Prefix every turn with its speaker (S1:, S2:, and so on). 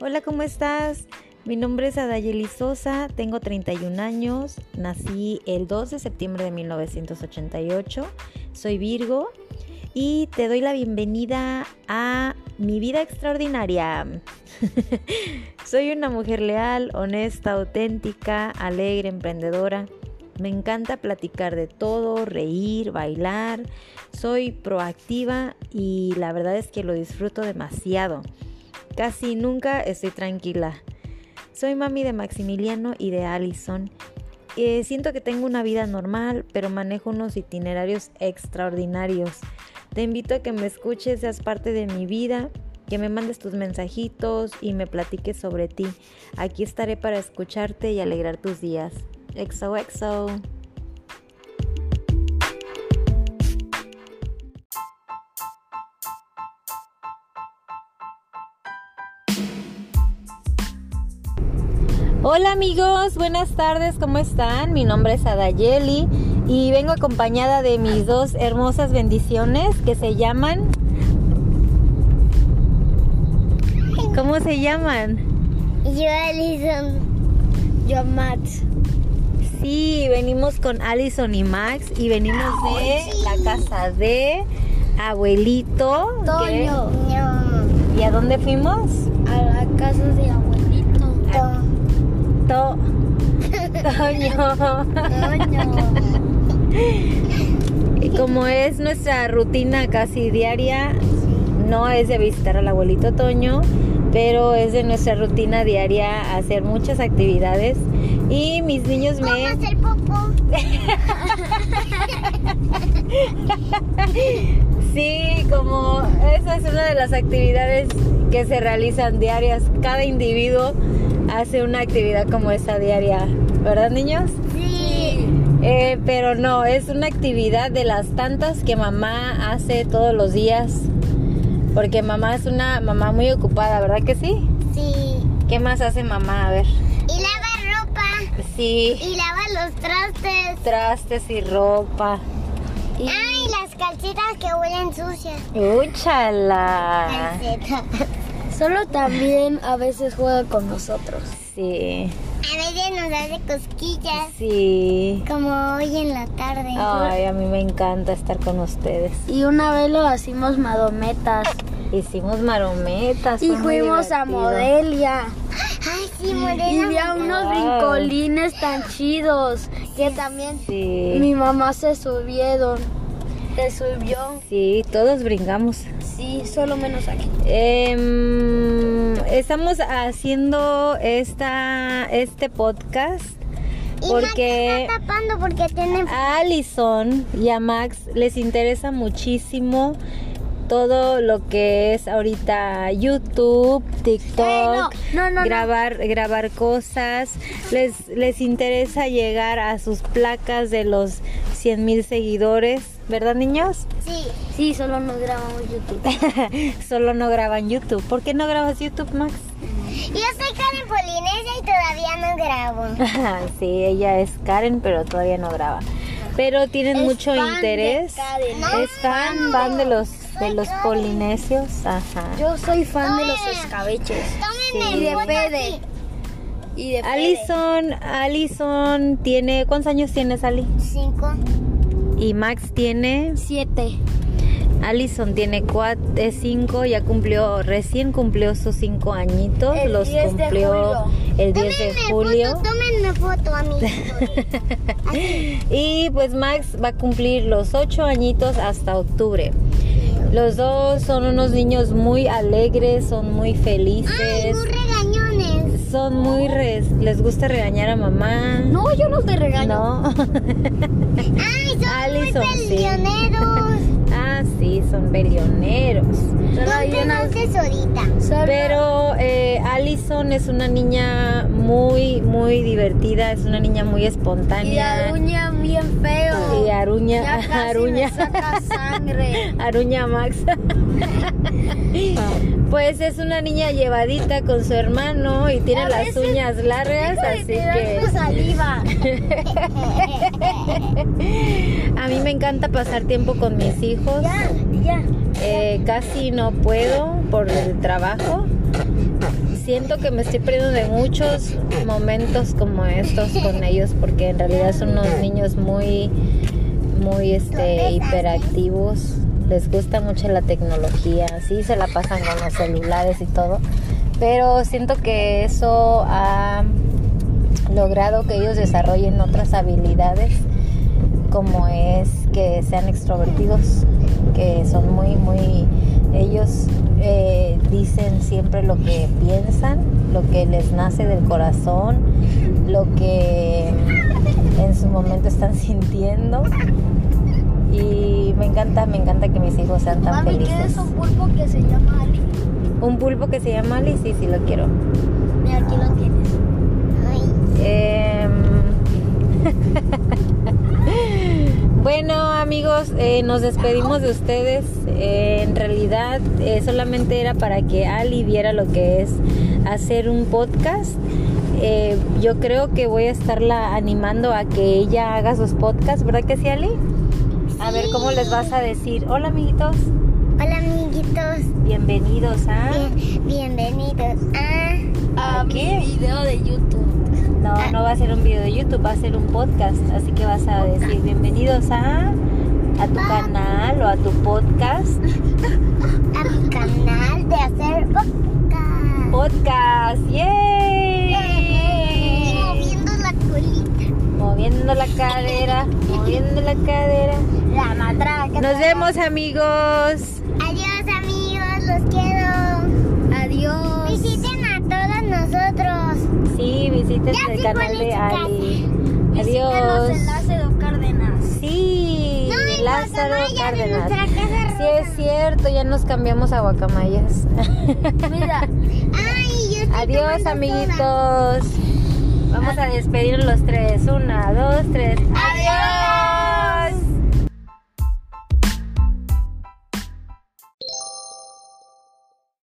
S1: Hola, ¿cómo estás? Mi nombre es Adayeli Sosa, tengo 31 años, nací el 2 de septiembre de 1988, soy Virgo y te doy la bienvenida a Mi Vida Extraordinaria. soy una mujer leal, honesta, auténtica, alegre, emprendedora. Me encanta platicar de todo, reír, bailar. Soy proactiva y la verdad es que lo disfruto demasiado. Casi nunca estoy tranquila. Soy mami de Maximiliano y de Allison. Eh, siento que tengo una vida normal, pero manejo unos itinerarios extraordinarios. Te invito a que me escuches, seas parte de mi vida, que me mandes tus mensajitos y me platiques sobre ti. Aquí estaré para escucharte y alegrar tus días. XOXO. Hola amigos, buenas tardes, ¿cómo están? Mi nombre es Adayeli y vengo acompañada de mis dos hermosas bendiciones que se llaman... ¿Cómo se llaman?
S2: Yo, Alison. Yo, Matt.
S1: Sí, venimos con Allison y Max y venimos de la casa de abuelito. que-
S2: Toño. No.
S1: ¿Y a dónde fuimos?
S2: A la casa de abuelito.
S1: To- Toño.
S2: Toño.
S1: Y Como es nuestra rutina casi diaria, no es de visitar al abuelito Toño, pero es de nuestra rutina diaria hacer muchas actividades. Y mis niños me...
S2: el popó?
S1: Sí, como esa es una de las actividades que se realizan diarias. Cada individuo hace una actividad como esa diaria, ¿verdad niños?
S2: Sí.
S1: Eh, pero no, es una actividad de las tantas que mamá hace todos los días. Porque mamá es una mamá muy ocupada, ¿verdad que sí?
S2: Sí.
S1: ¿Qué más hace mamá? A ver.
S2: Y lava ropa.
S1: Sí,
S2: Y lava los trastes.
S1: trastes y ropa. Y...
S2: Ay, las calcetas que huelen sucias.
S1: ¡Úchala!
S2: Calcetas.
S3: Ah. Solo también a veces juega con nosotros.
S1: Sí,
S2: A veces nos hace cosquillas.
S1: sí.
S2: Como hoy en la tarde.
S1: Ay, a mí me encanta estar con ustedes.
S3: Y una vez lo hacimos madometas.
S1: Hicimos marometas.
S3: Y
S1: fue muy
S3: fuimos a
S1: divertido.
S3: Modelia.
S2: Ay, sí,
S3: Y
S2: Morena.
S3: vi a unos
S1: Wow.
S3: brincolines tan chidos que también
S1: Sí,
S3: mi mamá se subieron. Se subió.
S1: sí, todos brincamos.
S3: Sí, solo menos aquí.
S1: Em, estamos haciendo esta, este podcast
S2: Y
S1: porque
S2: Max está tapando porque tiene
S3: Ah,
S1: a Allison y a Max les interesa muchísimo todo lo que es ahorita YouTube, TikTok,
S3: Ey, no, no, no, no.
S1: grabar, grabar cosas. Les, les interesa llegar a sus placas de los 100 mil seguidores, ¿verdad niños?
S2: sí.
S3: Sí, solo nos grabamos YouTube.
S1: Solo no graban YouTube. ¿Por qué no grabas YouTube, Max?
S2: Yo soy Karen Polinesia y todavía no grabo.
S1: sí, ella es Karen, pero todavía no graba. Pero tienen
S3: Es
S1: mucho
S3: fan de
S1: interés.
S3: Karen.
S2: No,
S1: es fan, fan de los de los polinesios. Ajá.
S3: Yo soy fan de los escabeches.
S2: Tómenme
S1: Sí.
S3: Y de
S2: foto
S3: Fede.
S2: así.
S3: Y de Fede.
S1: Alison, Alison tiene ¿cuántos años tienes, Ali?
S2: Cinco.
S1: Y Max tiene
S3: Siete.
S1: Alison tiene cuatro, cinco, ya cumplió, recién cumplió sus cinco añitos,
S3: El
S1: los
S3: 10 de
S1: cumplió
S3: julio.
S1: el 10 de
S2: Tómenme
S1: julio.
S2: Foto, tómenme foto, amigos.
S1: Y pues Max va a cumplir los ocho añitos hasta octubre. Los dos son unos niños muy alegres, son muy
S2: Ay,
S1: felices,
S2: muy regañones.
S1: son muy re- les gusta regañar a mamá.
S3: No, yo no te regaño. Ah,
S1: No.
S2: Ay, son
S1: Alison,
S2: muy
S1: sí.
S2: peleoneros.
S1: ah, sí, son belioneros.
S3: Solo
S2: No
S3: hay una-
S2: conoces ahorita.
S3: solo-
S1: Pero eh, Allison es una niña muy, muy divertida, es una niña muy
S3: Y
S1: espontánea.
S3: aruña bien feo.
S1: Y aruña,
S3: Ya casi
S1: aruña.
S3: me saca sangre.
S1: Aruña Max. pues es una niña llevadita con su hermano y tiene
S3: A
S1: las
S3: veces
S1: uñas largas,
S3: Deja de
S1: así que
S3: tirarnos saliva.
S1: a mí me encanta pasar tiempo con mis hijos.
S3: Ya, ya.
S1: Eh, casi no puedo por el trabajo. siento que me estoy perdiendo de muchos momentos como estos con ellos porque en realidad son unos niños muy muy este hiperactivos les gusta mucho la tecnología sí se la pasan con los celulares y todo pero siento que eso ha logrado que ellos desarrollen otras habilidades como es que sean extrovertidos que son muy muy ellos eh, dicen siempre lo que piensan, lo que les nace del corazón, lo que en su momento están sintiendo. Y me encanta, me encanta que mis hijos sean tan
S3: Mami,
S1: felices.
S3: ¿quieres un pulpo que se llama Ali?
S1: Un pulpo que se llama Ali, sí, sí lo quiero.
S3: Mira, aquí lo tienes.
S2: Ay,
S1: Em, bueno, amigos, eh, nos despedimos de ustedes. Eh, en realidad, eh, solamente era para que Ali viera lo que es hacer un podcast. Eh, yo creo que voy a estarla animando a que ella haga sus podcasts, ¿verdad que sí, Ali? A ver cómo les vas a decir. Hola, amiguitos.
S2: hola amiguitos,
S1: Bienvenidos
S3: Ah.
S1: a.
S2: Bien- bienvenidos a
S3: A
S1: ¿A qué?
S3: mi video de YouTube.
S1: No, no va a ser un video de YouTube, va a ser un podcast. Así que vas a decir bienvenidos a, a tu canal o a tu podcast.
S2: a mi canal de hacer boca.
S1: Podcast,
S2: Y
S1: ¡yay!
S2: moviendo la colita,
S1: Moviendo la cadera, moviendo la cadera.
S2: la matraca.
S1: Nos vemos amigos.
S2: Adiós amigos, los quiero.
S3: Adiós.
S2: Visiten a todos nosotros.
S1: Sí, visiten
S2: Ya
S1: el
S2: sé
S1: canal
S2: cuál
S1: de
S2: es tu
S1: Ali.
S3: Visítanos en
S1: Adiós.
S3: Lázaro Cárdenas.
S1: Sí,
S2: No en
S1: Lázaro
S2: Guacamaya de
S1: Cárdenas.
S2: nuestra casa
S1: Sí es cierto, ya nos cambiamos a guacamayas.
S3: Mira,
S2: Ay, yo estoy
S1: Adiós,
S2: tomando soda.
S1: amiguitos. Vamos a despedir los tres. Una, dos, tres.
S2: Adiós.